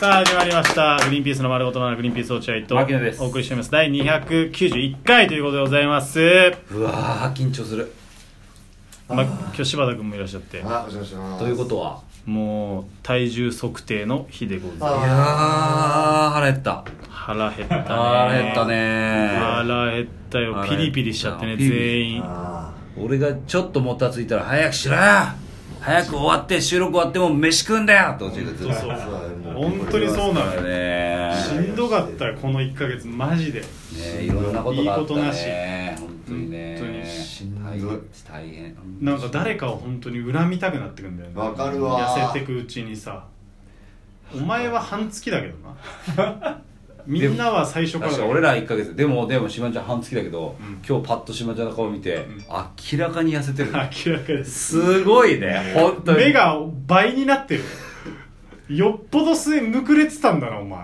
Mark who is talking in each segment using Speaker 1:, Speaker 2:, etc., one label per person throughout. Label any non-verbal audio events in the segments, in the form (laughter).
Speaker 1: さあ始まりました「グリーンピースの丸ごとなグリーンピース落合」と
Speaker 2: 牧野です
Speaker 1: お送りしております第291回ということでございます、
Speaker 2: うわー緊張する
Speaker 1: まあ、今日柴田君もいらっしゃって
Speaker 3: あ、お邪魔します。
Speaker 2: ということは
Speaker 1: もう体重測定の日でございます
Speaker 2: いやー腹減った
Speaker 1: 腹減ったね
Speaker 2: 腹減ったね
Speaker 1: 腹減ったよ
Speaker 2: 腹減った
Speaker 1: ピリピリしちゃってね
Speaker 2: ピリピリ
Speaker 1: 全員
Speaker 3: あ
Speaker 2: 俺がちょっともたついたら早くしろよ早く終わって収録終わっても飯食うんだよって落ちる
Speaker 1: そうそう
Speaker 3: もう
Speaker 1: 本当にそうなのよ
Speaker 2: ね
Speaker 1: しんどかったよこの1か月マジで
Speaker 2: ねいろんなことがあった
Speaker 1: いいことなし
Speaker 2: ね本当にね
Speaker 1: 本当に
Speaker 3: しんどい
Speaker 2: 大変大変
Speaker 1: なんか誰かを本当に恨みたくなってくんだよね
Speaker 3: わかるわ
Speaker 1: 痩せてくうちにさお前は半月だけどな
Speaker 2: (laughs)
Speaker 1: みんなは最初から
Speaker 2: 確
Speaker 1: だ
Speaker 2: か
Speaker 1: け
Speaker 2: に
Speaker 1: ど
Speaker 2: 俺ら1ヶ月でもでも島ちゃん半月だけど、
Speaker 1: うん
Speaker 2: 今日パッと島ちゃんの顔見て、
Speaker 1: ん
Speaker 2: 明らかに痩せてる
Speaker 1: 明らかです
Speaker 2: すごいね本当に
Speaker 1: 目が倍になってるよっぽど末むくれてたんだなお前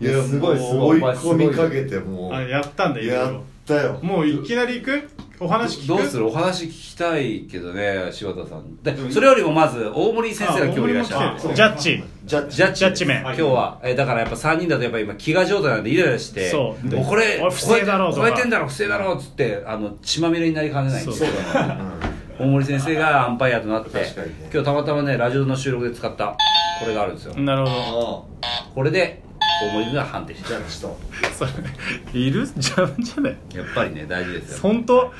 Speaker 3: いや、すごい、すごい。追い込みかけて、も
Speaker 1: あ
Speaker 3: う。
Speaker 1: やったんだいろい
Speaker 3: や
Speaker 1: ろ
Speaker 3: ったよ。
Speaker 1: もういきなり行くお話聞く
Speaker 2: どうするお話聞きたいけどね柴田さんでそれよりもまず大森先生が今日いらっしゃ
Speaker 1: あ
Speaker 2: る
Speaker 1: 俺も来てジャッジ
Speaker 3: ジャッジ。
Speaker 2: ジャッジ
Speaker 1: ジャッジメン
Speaker 2: 今日は、えーだからやっぱ3人だとやっぱ今飢餓状態なんでイライラして
Speaker 1: そう
Speaker 2: もうこれ
Speaker 1: おい不正だろうと
Speaker 2: 超
Speaker 1: か
Speaker 2: えてんだろ不正だろうっつってあの血まみれになりかねないんです
Speaker 1: そう
Speaker 2: よ大森先生がアンパイアとなって、
Speaker 3: 確かにね
Speaker 2: 今日たまたまねラジオの収録で使ったこれがあるんですよ、
Speaker 1: なるほど
Speaker 3: あ
Speaker 2: これで大森が判定し
Speaker 3: ジ
Speaker 2: た
Speaker 3: ャッジと。
Speaker 1: (laughs) それいるじゃんじゃない
Speaker 2: やっぱりね大事ですよ
Speaker 1: 本当、
Speaker 2: はい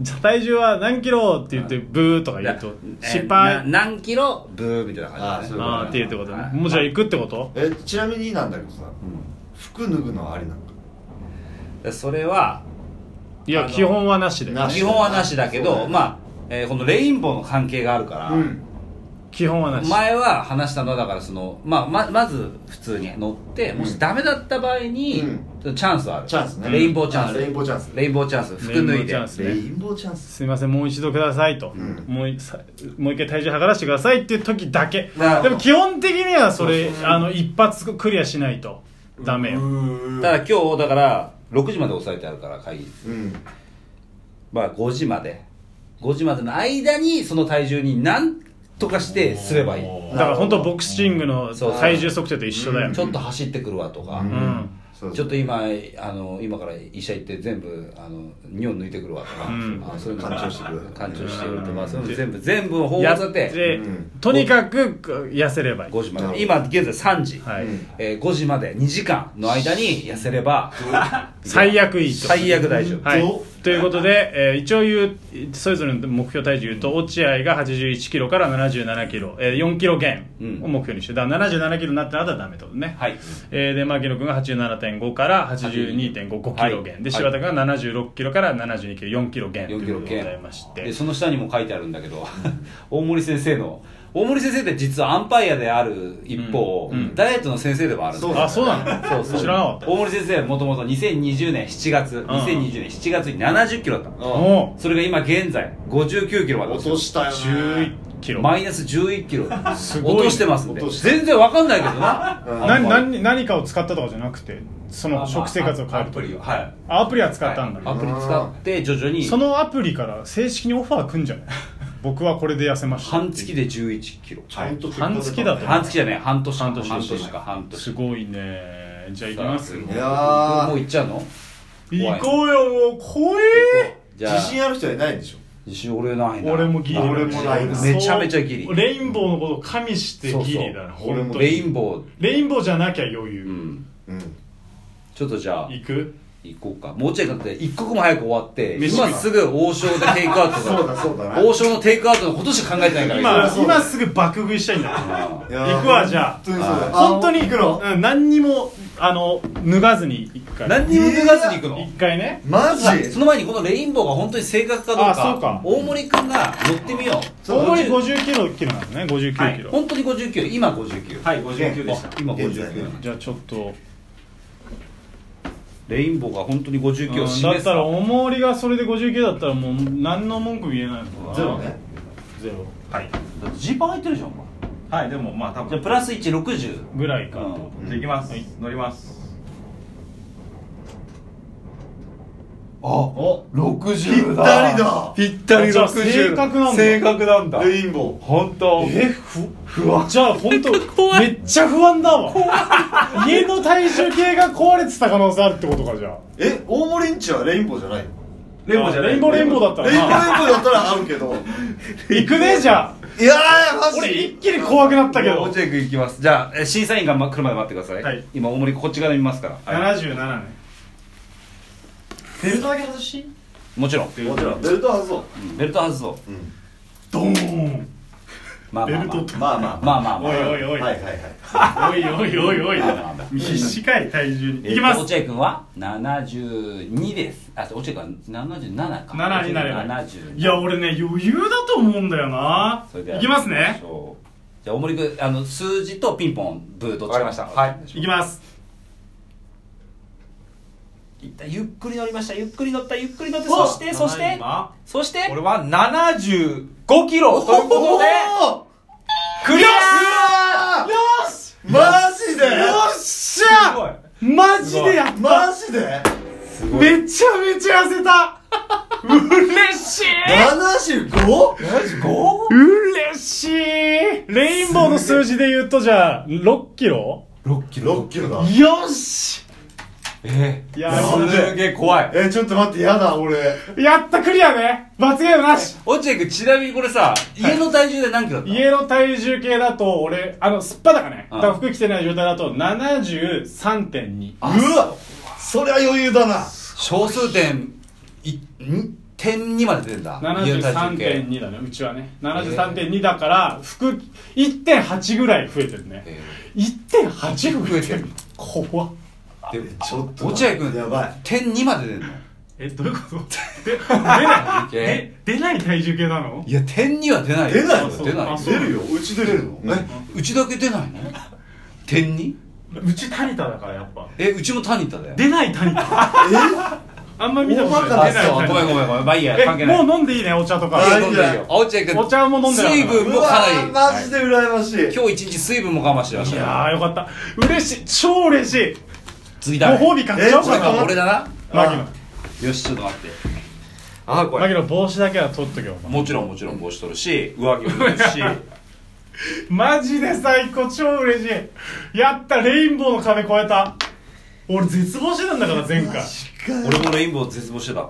Speaker 1: じゃ体重は何キロって言ってブーとか言うと
Speaker 2: えー
Speaker 1: 失敗、
Speaker 2: な何キロブーみたいな感じ
Speaker 3: あーそういうことね
Speaker 1: ああっていうってことね、
Speaker 2: はい
Speaker 1: もうじゃあ行くってこと
Speaker 3: え、ちなみになんだけどさ、服脱ぐのはありなんか。
Speaker 2: でそれはい
Speaker 1: や
Speaker 2: あの
Speaker 1: 基本はなしで
Speaker 3: なし
Speaker 2: 基本はなしだけ
Speaker 3: そう
Speaker 2: ど
Speaker 3: だね
Speaker 2: まあ、えーこのレインボーの関係があるから、
Speaker 3: うん。
Speaker 1: 基本はなし
Speaker 2: 前は話したのはだからその、まあ、ままず普通に乗ってもしダメだった場合に、
Speaker 3: う
Speaker 2: チャンスはある
Speaker 3: チャンスね。
Speaker 2: レインボーチャンス
Speaker 3: あレインボーチャンス。
Speaker 2: レインボーチャンス服脱
Speaker 1: レインボ
Speaker 2: い
Speaker 1: ーチ
Speaker 2: で
Speaker 1: ャンス
Speaker 3: レインボーチャンス。
Speaker 1: すいませんもう一度くださいと、
Speaker 3: ん
Speaker 1: もういさもう一回体重測らせてくださいっていう時だけ
Speaker 2: なるほど
Speaker 1: でも基本的にはそれあの一発クリアしないとダメよ
Speaker 3: う
Speaker 2: ただ
Speaker 3: だ、
Speaker 2: 今日だから6時まで抑えてあるから会議
Speaker 3: うん。
Speaker 2: まあ5時まで5時までの間にその体重になんとかしてすればいい
Speaker 1: だから本当ボクシングの
Speaker 2: そう
Speaker 1: 体重測定と一緒だよ、
Speaker 3: うん
Speaker 2: ちょっと走ってくるわとか、
Speaker 3: う
Speaker 1: うん
Speaker 3: そう
Speaker 2: ちょっと今あの今から医者行って全部あの尿抜いてくるわとか、
Speaker 1: うん
Speaker 2: あそういうの
Speaker 3: 干潮してくる
Speaker 2: 干潮してくるとか、そういうの全部全部包括さ
Speaker 1: やって
Speaker 2: て
Speaker 3: うん
Speaker 1: とにかく痩せればいい、
Speaker 2: 5時ま
Speaker 3: なるほ
Speaker 2: で
Speaker 3: ど
Speaker 2: 今現在3時、
Speaker 1: はい
Speaker 3: うん
Speaker 2: えー5時まで2時間の間に痩せれば
Speaker 1: (laughs) 最悪いいと
Speaker 2: 最悪大丈夫、
Speaker 1: はい
Speaker 3: ど、
Speaker 1: ということで、えー一応言うそれぞれの目標体重言うと落合が8 1キロから7 7キロ、えー、4キロ減を目標にしてだから7 7キロになったらダメってことね、
Speaker 2: はい
Speaker 1: えーで牧野君が87.5から82.55キロ減、
Speaker 2: はい
Speaker 1: で柴田君が76キロから72キロ4キロ減という
Speaker 2: 4
Speaker 1: こ
Speaker 2: キロ
Speaker 1: とでござい
Speaker 2: 減
Speaker 1: まし
Speaker 2: で
Speaker 1: て
Speaker 2: その下にも書いてあるんだけど (laughs) 大森先生の大森先生って実はアンパイアである一方、
Speaker 1: うんうん
Speaker 2: ダイエットの先生でもあるんですよ
Speaker 1: あそうなの
Speaker 2: そうそう
Speaker 1: 知らなかった
Speaker 2: 大森先生はもともと2020年7月、2020年7月に70キロだったの
Speaker 1: も
Speaker 2: それが今現在59キロまで
Speaker 3: 落
Speaker 2: 落
Speaker 3: と
Speaker 2: とし
Speaker 3: した
Speaker 1: う
Speaker 3: よ。
Speaker 1: 11。キロ
Speaker 2: マイナス11キロ落
Speaker 1: ごい
Speaker 2: としてますんで
Speaker 3: 落とした
Speaker 2: 全然わかんないけどな
Speaker 3: うん
Speaker 1: な何何かを使ったとかじゃなくてその食生活を変えると
Speaker 2: アプリをはい
Speaker 1: あアプリは使ったんだ、
Speaker 2: はいアプリ使って徐々に
Speaker 1: そのアプリから正式にオファーくんじゃない (laughs) 僕はこれで痩せました
Speaker 2: 半月で11キロ
Speaker 3: ちゃんと
Speaker 1: 半月だと
Speaker 2: 半月じゃない半年
Speaker 1: 半年
Speaker 2: 半年か半年
Speaker 1: すごいねじゃあ行きます
Speaker 2: い
Speaker 3: いやー
Speaker 2: もう行っちゃうの
Speaker 1: 行こうよもう怖え
Speaker 2: じゃあ
Speaker 3: 自信ある人はいないんでしょ。
Speaker 2: 自信俺ないな
Speaker 1: 俺もギリだ
Speaker 3: 俺もないな
Speaker 2: めちゃめちゃギリ
Speaker 1: そうレインボーのことを加味してギリだな
Speaker 3: そうそう俺も
Speaker 1: 本当
Speaker 2: レイ
Speaker 1: に
Speaker 2: ンボー
Speaker 1: レインボーじゃなきゃ余
Speaker 2: う
Speaker 1: 裕
Speaker 2: ん
Speaker 3: うん。
Speaker 2: ちょっとじゃあ
Speaker 1: 行く
Speaker 2: 行こうかもうちょいだって一刻も早く終わって
Speaker 1: 飯
Speaker 2: 今すぐ王将でテイクアウト
Speaker 3: そうだ、そうだな。
Speaker 2: 王将のテイクアウトのことしか考えてないから
Speaker 1: 今今すぐ爆食いしたいんだから
Speaker 2: あ
Speaker 3: いやー
Speaker 1: 行くわじゃあ
Speaker 3: 本当にそうだ。あ
Speaker 1: 本当に
Speaker 3: 行くの
Speaker 1: うん何にもあの脱がずに一回
Speaker 2: 何にも脱がずに行くの
Speaker 1: 一回ね
Speaker 3: マジ
Speaker 2: さあその前にこのレインボーが本当に正確かどう
Speaker 1: あそう
Speaker 2: か
Speaker 1: か
Speaker 2: 大森君が乗ってみよう
Speaker 1: 大森50キロキロなのね59キロ、
Speaker 2: 本当に59キロ今59はい
Speaker 3: 59
Speaker 2: でした今
Speaker 3: 現在
Speaker 2: 59
Speaker 3: ね
Speaker 1: じゃあちょっと
Speaker 2: レインボーが本当に
Speaker 1: う
Speaker 2: 59を示
Speaker 1: ん
Speaker 2: す
Speaker 1: だったらおもりがそれで59だったらもう何の文句言えないの
Speaker 3: ゼロね。
Speaker 1: ゼロ
Speaker 4: はい。
Speaker 2: だってジーパン入ってるじゃんお前
Speaker 4: はい、でもまあ多
Speaker 2: じゃあ
Speaker 4: 分。
Speaker 2: プラス160
Speaker 1: ぐらいかってこと
Speaker 2: う
Speaker 4: じゃあ行きます。乗ります。あ
Speaker 3: お
Speaker 4: 六
Speaker 3: ぴ
Speaker 4: 60
Speaker 3: っ
Speaker 4: だ
Speaker 3: たりだ
Speaker 4: ぴったり
Speaker 1: あじゃあ
Speaker 4: 60
Speaker 1: 正確なんだ
Speaker 4: 正確なんだ
Speaker 3: レインボ
Speaker 4: 本当
Speaker 1: えふ
Speaker 4: 不安
Speaker 1: じゃあ本当めっちゃ不安だわ家の体重計が壊れてた可能性あるってことかじゃあ
Speaker 3: ーえ大森んちはレインボーじゃないの
Speaker 2: レインボーじゃない
Speaker 1: レインボーレインボーだった
Speaker 3: レインボー
Speaker 1: ら
Speaker 3: レインボーだったらあるけ
Speaker 1: (laughs)
Speaker 3: ど
Speaker 1: な行くねじゃあ
Speaker 3: いやーマジ
Speaker 1: 俺一気に怖くなったけ
Speaker 2: も
Speaker 1: ど
Speaker 2: うチェックいきますじゃあえ審査員がま来るまで待ってください、
Speaker 1: はい
Speaker 2: 今大森こっち側見ますから、は
Speaker 1: 77ねベルトだけ外し
Speaker 2: い、もちろん
Speaker 3: もちろんベルト外そう
Speaker 2: うんベルト外そう
Speaker 1: ドーン
Speaker 2: まあまあまあ
Speaker 3: まあまあ
Speaker 2: まあまあま
Speaker 1: お
Speaker 2: あ
Speaker 1: いおいおい、
Speaker 3: はいはいはい
Speaker 1: おいおいおいおい
Speaker 2: まあまあ
Speaker 1: 必死かい体重にいきま
Speaker 2: えっと落
Speaker 1: す
Speaker 2: 合君は72ですあ落合君は77か
Speaker 1: 7になれば
Speaker 2: 72
Speaker 1: いや俺ね余裕だと思うんだよな
Speaker 2: それではい
Speaker 1: きますね
Speaker 2: そうじゃあ大森君あの数字とピンポンブーどっちか
Speaker 4: はい
Speaker 1: いきます
Speaker 2: いったゆっくり乗りましたゆっくり乗ったゆっくり乗ってそしてそして
Speaker 1: 今
Speaker 2: そして
Speaker 4: 俺は75キロということで
Speaker 3: お
Speaker 4: クリ
Speaker 3: あ
Speaker 1: よし
Speaker 3: ーマジで
Speaker 1: よっしゃマジでやった
Speaker 3: マジで
Speaker 1: めちゃめちゃ痩せた嬉しい
Speaker 3: 75?
Speaker 4: ア
Speaker 1: 嬉しいレインボーの数字で言うとじゃあ6キロ
Speaker 4: 75?6 キ
Speaker 3: 6キロだ
Speaker 1: よし
Speaker 4: ええ
Speaker 1: いや
Speaker 3: ー
Speaker 4: すげえ怖い
Speaker 3: えちょっと待ってやだ俺
Speaker 1: やったクリアね罰ゲームなし
Speaker 2: 落合君ちなみにこれさ家の体重で何キロだった
Speaker 1: 家の体重計だと俺あのすっぱだかね
Speaker 2: う
Speaker 1: だ
Speaker 2: ん
Speaker 1: から服着てない状態だと73.2
Speaker 3: うわそりゃ余裕だな
Speaker 2: 小数点いん点2まで出てんだ家の体重計
Speaker 1: 73.2だねうちはね73.2だから服1.8ぐらい増えてるね
Speaker 2: え
Speaker 1: 1.8増えてる怖っ
Speaker 2: ーで
Speaker 3: ちょっと
Speaker 2: 落合君
Speaker 3: やばい
Speaker 2: 点2まで出んの
Speaker 1: えどういうことで出ない
Speaker 2: え
Speaker 1: で出ない体重計なの
Speaker 2: いや点2は出ないよ
Speaker 3: 出ないの
Speaker 2: そう出ない
Speaker 1: あ
Speaker 2: よ
Speaker 1: そう
Speaker 3: 出るようち出れるのえ
Speaker 2: うちだけ出ないの点 2?
Speaker 1: うちタニタだからやっぱ
Speaker 2: えうちもタニタだよ
Speaker 1: 出ないタニタあんま見たこと
Speaker 3: 大バカ
Speaker 1: ない
Speaker 2: あ
Speaker 1: 出ない
Speaker 2: そうごめんごめんごめんまあいいや関係ない
Speaker 1: えもう飲んでいいねお茶とか
Speaker 3: はい
Speaker 2: や飲んでるよあ落合君
Speaker 1: お茶も飲んでなかった
Speaker 2: 水分もかなり
Speaker 3: うわーマジで羨ましい
Speaker 2: 今日一日水分も我慢してまし
Speaker 1: い
Speaker 2: たよ
Speaker 1: やーよかった嬉しい超嬉しい
Speaker 2: 次
Speaker 1: ご
Speaker 2: だ
Speaker 1: 褒美買っちゃおう
Speaker 3: えちょっと
Speaker 1: かな
Speaker 2: 俺俺
Speaker 3: 待
Speaker 2: だな
Speaker 1: マキの
Speaker 2: よしちょっと待って
Speaker 4: あー怖
Speaker 1: マ
Speaker 4: い
Speaker 1: キの帽子だけは取っとけよお前
Speaker 2: もちろんもちろん帽子取るし上着も取るし
Speaker 1: マジで最高超嬉しいやったレインボーの壁越えた俺絶望してたんだから前回
Speaker 2: 俺もレインボー絶望してた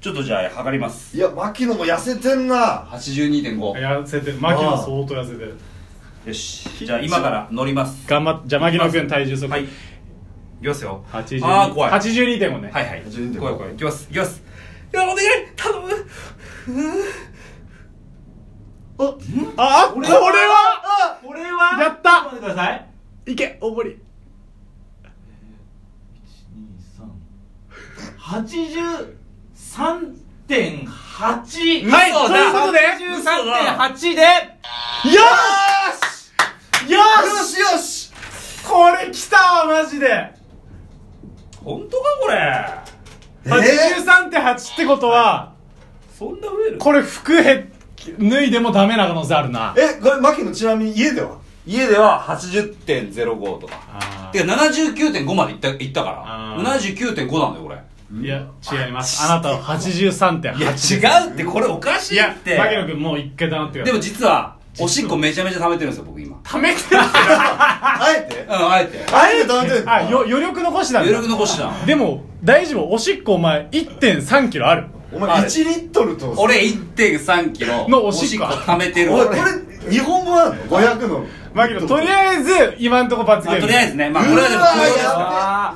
Speaker 2: ちょっとじゃあ測ります
Speaker 3: いや牧野も痩せてんな
Speaker 2: 82.5
Speaker 1: 痩せてるマキも相当痩せてる
Speaker 2: よしじゃあ今から乗ります
Speaker 1: 頑張っじゃあマキノ君体重測
Speaker 2: はいいきますよあ
Speaker 1: 82
Speaker 2: あー怖い
Speaker 1: 82.5ね
Speaker 2: はいはい
Speaker 3: 82.5
Speaker 2: 怖い怖いいきますいきますいやお願い頼む
Speaker 1: ああこれは
Speaker 2: あ俺は
Speaker 1: やった
Speaker 2: 待ってください
Speaker 1: いけ大森
Speaker 4: 83.8
Speaker 1: はいとい
Speaker 2: 嘘だ
Speaker 1: うことで
Speaker 4: 83.8で
Speaker 1: よしよしよしこれきたわマジで
Speaker 2: 本当かこれ
Speaker 1: 83.8ってことは
Speaker 2: そんな増える
Speaker 1: これ服へ脱いでもダメな可能性あるな
Speaker 3: えこれ牧野ちなみに家では
Speaker 2: 家では80.05とか
Speaker 1: あ
Speaker 2: てか79.5までいったいったか
Speaker 1: あ
Speaker 2: ら
Speaker 1: ー
Speaker 2: 79.5なんだよこれ
Speaker 1: ーいや違いますあなたは83.8
Speaker 2: いや違うってこれおかし
Speaker 1: い
Speaker 2: い
Speaker 1: や
Speaker 2: って
Speaker 1: 牧野君もう一回黙ってくだ
Speaker 2: で
Speaker 1: さ
Speaker 2: も
Speaker 1: い
Speaker 2: 実はおしっこめちゃめちゃ溜めてるんですよ僕今うん
Speaker 1: ためてる
Speaker 3: あえて
Speaker 2: あえて
Speaker 3: あえて食べ
Speaker 2: (laughs)
Speaker 3: てんの
Speaker 1: あよ余力残しなんだ
Speaker 2: 余力残しだ (laughs)
Speaker 1: でも大丈夫おしっこお前1.3キロある
Speaker 3: お前1リットルと
Speaker 2: 俺1.3キロ
Speaker 1: のおしっこ
Speaker 2: 溜めてる
Speaker 3: おいこ
Speaker 2: 俺
Speaker 3: れ日本語あるの500の
Speaker 1: 牧野とりあえず今んとこ罰ゲー
Speaker 2: まあ
Speaker 1: ム
Speaker 2: とりあえずねまあこれはでも
Speaker 3: うわ
Speaker 2: 空洞です
Speaker 3: や
Speaker 2: か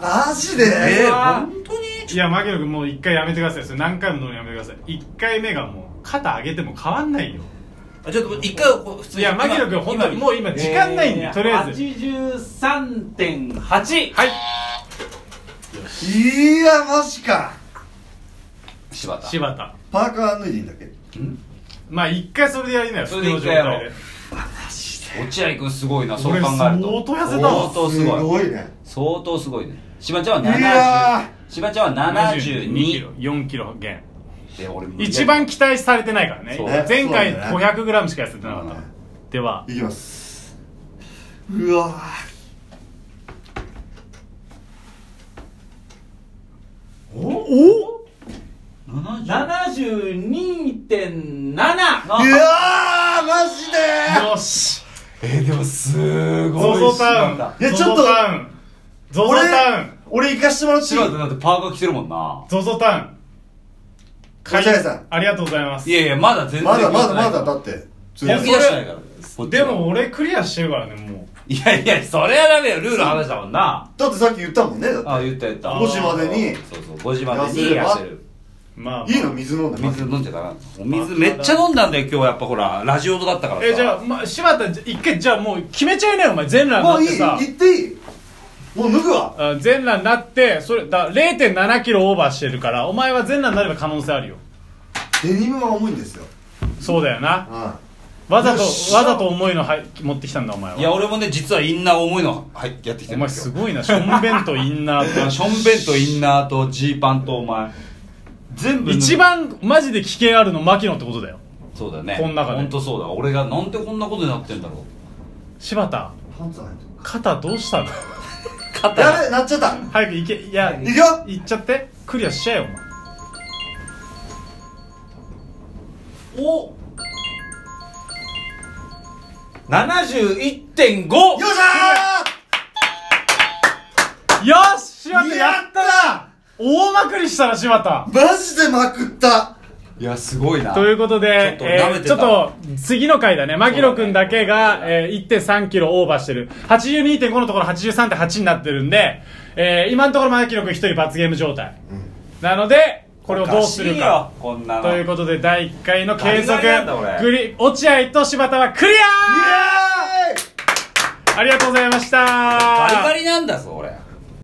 Speaker 4: あ
Speaker 3: マジで
Speaker 2: らえ
Speaker 3: え
Speaker 2: ー
Speaker 4: うわ
Speaker 2: 本当に
Speaker 1: いや牧野君もう一回やめてくださいそれ何回も乗るのやめてください一回目がもう肩上げても変わんないよ
Speaker 2: あちょっと一回こう普通
Speaker 1: い
Speaker 2: に
Speaker 1: や牧野君
Speaker 2: 今
Speaker 1: 本当に
Speaker 2: 今
Speaker 1: もう今時間ないんで、とりあえず
Speaker 4: 83.8
Speaker 1: はい
Speaker 3: ーいやマジか
Speaker 2: 柴田
Speaker 1: 柴田
Speaker 3: パーカー脱いでいいんだっけ
Speaker 1: まあ一回それでやりなよ
Speaker 2: それで一
Speaker 1: 服の
Speaker 2: 回
Speaker 1: 状
Speaker 2: や
Speaker 1: 態
Speaker 2: ろ
Speaker 1: で
Speaker 2: う落合君すごいなそう考え
Speaker 1: 俺
Speaker 2: る
Speaker 1: 相
Speaker 2: と
Speaker 1: 当痩せたわ
Speaker 2: 相当すごい
Speaker 3: いね
Speaker 2: 相当すごいねしばちゃん
Speaker 3: いや
Speaker 2: は70しばちゃんは
Speaker 1: キロ
Speaker 2: 72
Speaker 1: 4キロ減
Speaker 2: で俺無理やり
Speaker 1: 一番期待されてないからね
Speaker 2: そう
Speaker 1: 前回
Speaker 3: そうだね
Speaker 1: 500g しか痩せてなかった、
Speaker 3: うん
Speaker 1: ではい
Speaker 3: きますうわ
Speaker 1: おお
Speaker 4: 72.7
Speaker 3: (laughs) いやーマジで
Speaker 1: よし
Speaker 3: えー、でもす
Speaker 1: ゾ
Speaker 3: ごい
Speaker 1: ゾタウン
Speaker 3: いやちょっ
Speaker 1: ゾ
Speaker 3: と
Speaker 1: ゾタウンゾゾタウン
Speaker 3: 俺行かしてもらっていい
Speaker 2: 柴田だってパーカー着てるもんな
Speaker 1: ゾゾタウン
Speaker 3: 落合さん
Speaker 1: ありがとうございます
Speaker 2: いやいやまだ全然
Speaker 3: まだまだ
Speaker 2: ま
Speaker 3: ま
Speaker 2: だ
Speaker 3: だだってず
Speaker 2: 本気出してないからこっち
Speaker 1: で
Speaker 2: は
Speaker 1: も俺クリアしてるからねも
Speaker 2: いやいやそれはダメよルール話したもんな
Speaker 3: だってさっき言ったもんねだって
Speaker 2: あ言った言った
Speaker 3: 5時までに
Speaker 2: そうそう5時まで
Speaker 3: 痩
Speaker 2: に
Speaker 3: せれば
Speaker 2: 痩せる
Speaker 1: うまあまあ
Speaker 3: いいの水飲んで
Speaker 2: 水飲んじゃダメなのお水めっちゃ飲んだんだよ今日やっぱほらラジオだったからさ
Speaker 1: えじゃあ、まあ、柴田じゃ一回じゃあもう決めちゃいなよお前全裸に
Speaker 3: も
Speaker 1: なっ
Speaker 3: うい
Speaker 1: てさ
Speaker 3: い行っていいもう脱ぐわ
Speaker 1: あ全裸になってそれだ0 7キロオーバーしてるからお前は全裸になれば可能性あるよ
Speaker 3: デニムは重いんですよ
Speaker 1: そうだよな
Speaker 3: は
Speaker 1: わざと
Speaker 3: よっしゃ
Speaker 1: わざと重いのはい持ってきたんだお前はい
Speaker 2: や俺もね実はインナー重いのはいやって
Speaker 1: お
Speaker 2: きてるんで
Speaker 1: 前
Speaker 2: す
Speaker 1: す
Speaker 2: よ
Speaker 1: ごいなしょんべんとインナー
Speaker 2: (laughs) ションベンとインナーとジーパンとお前全
Speaker 1: と
Speaker 2: 部脱ぐ
Speaker 1: 一番マジで危険あるの牧野ってことだよ
Speaker 2: そうだね
Speaker 1: こん中で
Speaker 2: 本当そうだ俺がなんでこんなことになってんだろ
Speaker 1: 柴田
Speaker 3: いパンツはないと
Speaker 1: 肩どうしたの (laughs)
Speaker 2: う肩
Speaker 3: やべえなっちゃった
Speaker 1: 早く行けいや
Speaker 3: 行くよ
Speaker 1: 行っちゃってクリアしちゃえよお前
Speaker 4: お71.5
Speaker 3: よっしゃ
Speaker 1: よし柴田やったな大まくりしたな柴田
Speaker 3: ーマジでまくった
Speaker 2: いやすごいな
Speaker 1: ということで、
Speaker 2: ちょっと舐
Speaker 1: え
Speaker 2: め
Speaker 1: ー
Speaker 2: てた
Speaker 1: ちょっと次の回だね、牧野くんだけが、えー、1.3キロオーバーしてる。82.5のところ83.8になってるんで、えー今のところ牧野くん一人罰ゲーム状態。なので、これをどうするか。
Speaker 2: おしいよこんなの
Speaker 1: ということで、第1回の継続
Speaker 2: ガリガリなんだ俺、
Speaker 1: グリ落合と柴田はクリア
Speaker 3: イエーイ
Speaker 1: ありがとうございました
Speaker 2: バリバリなんだぞ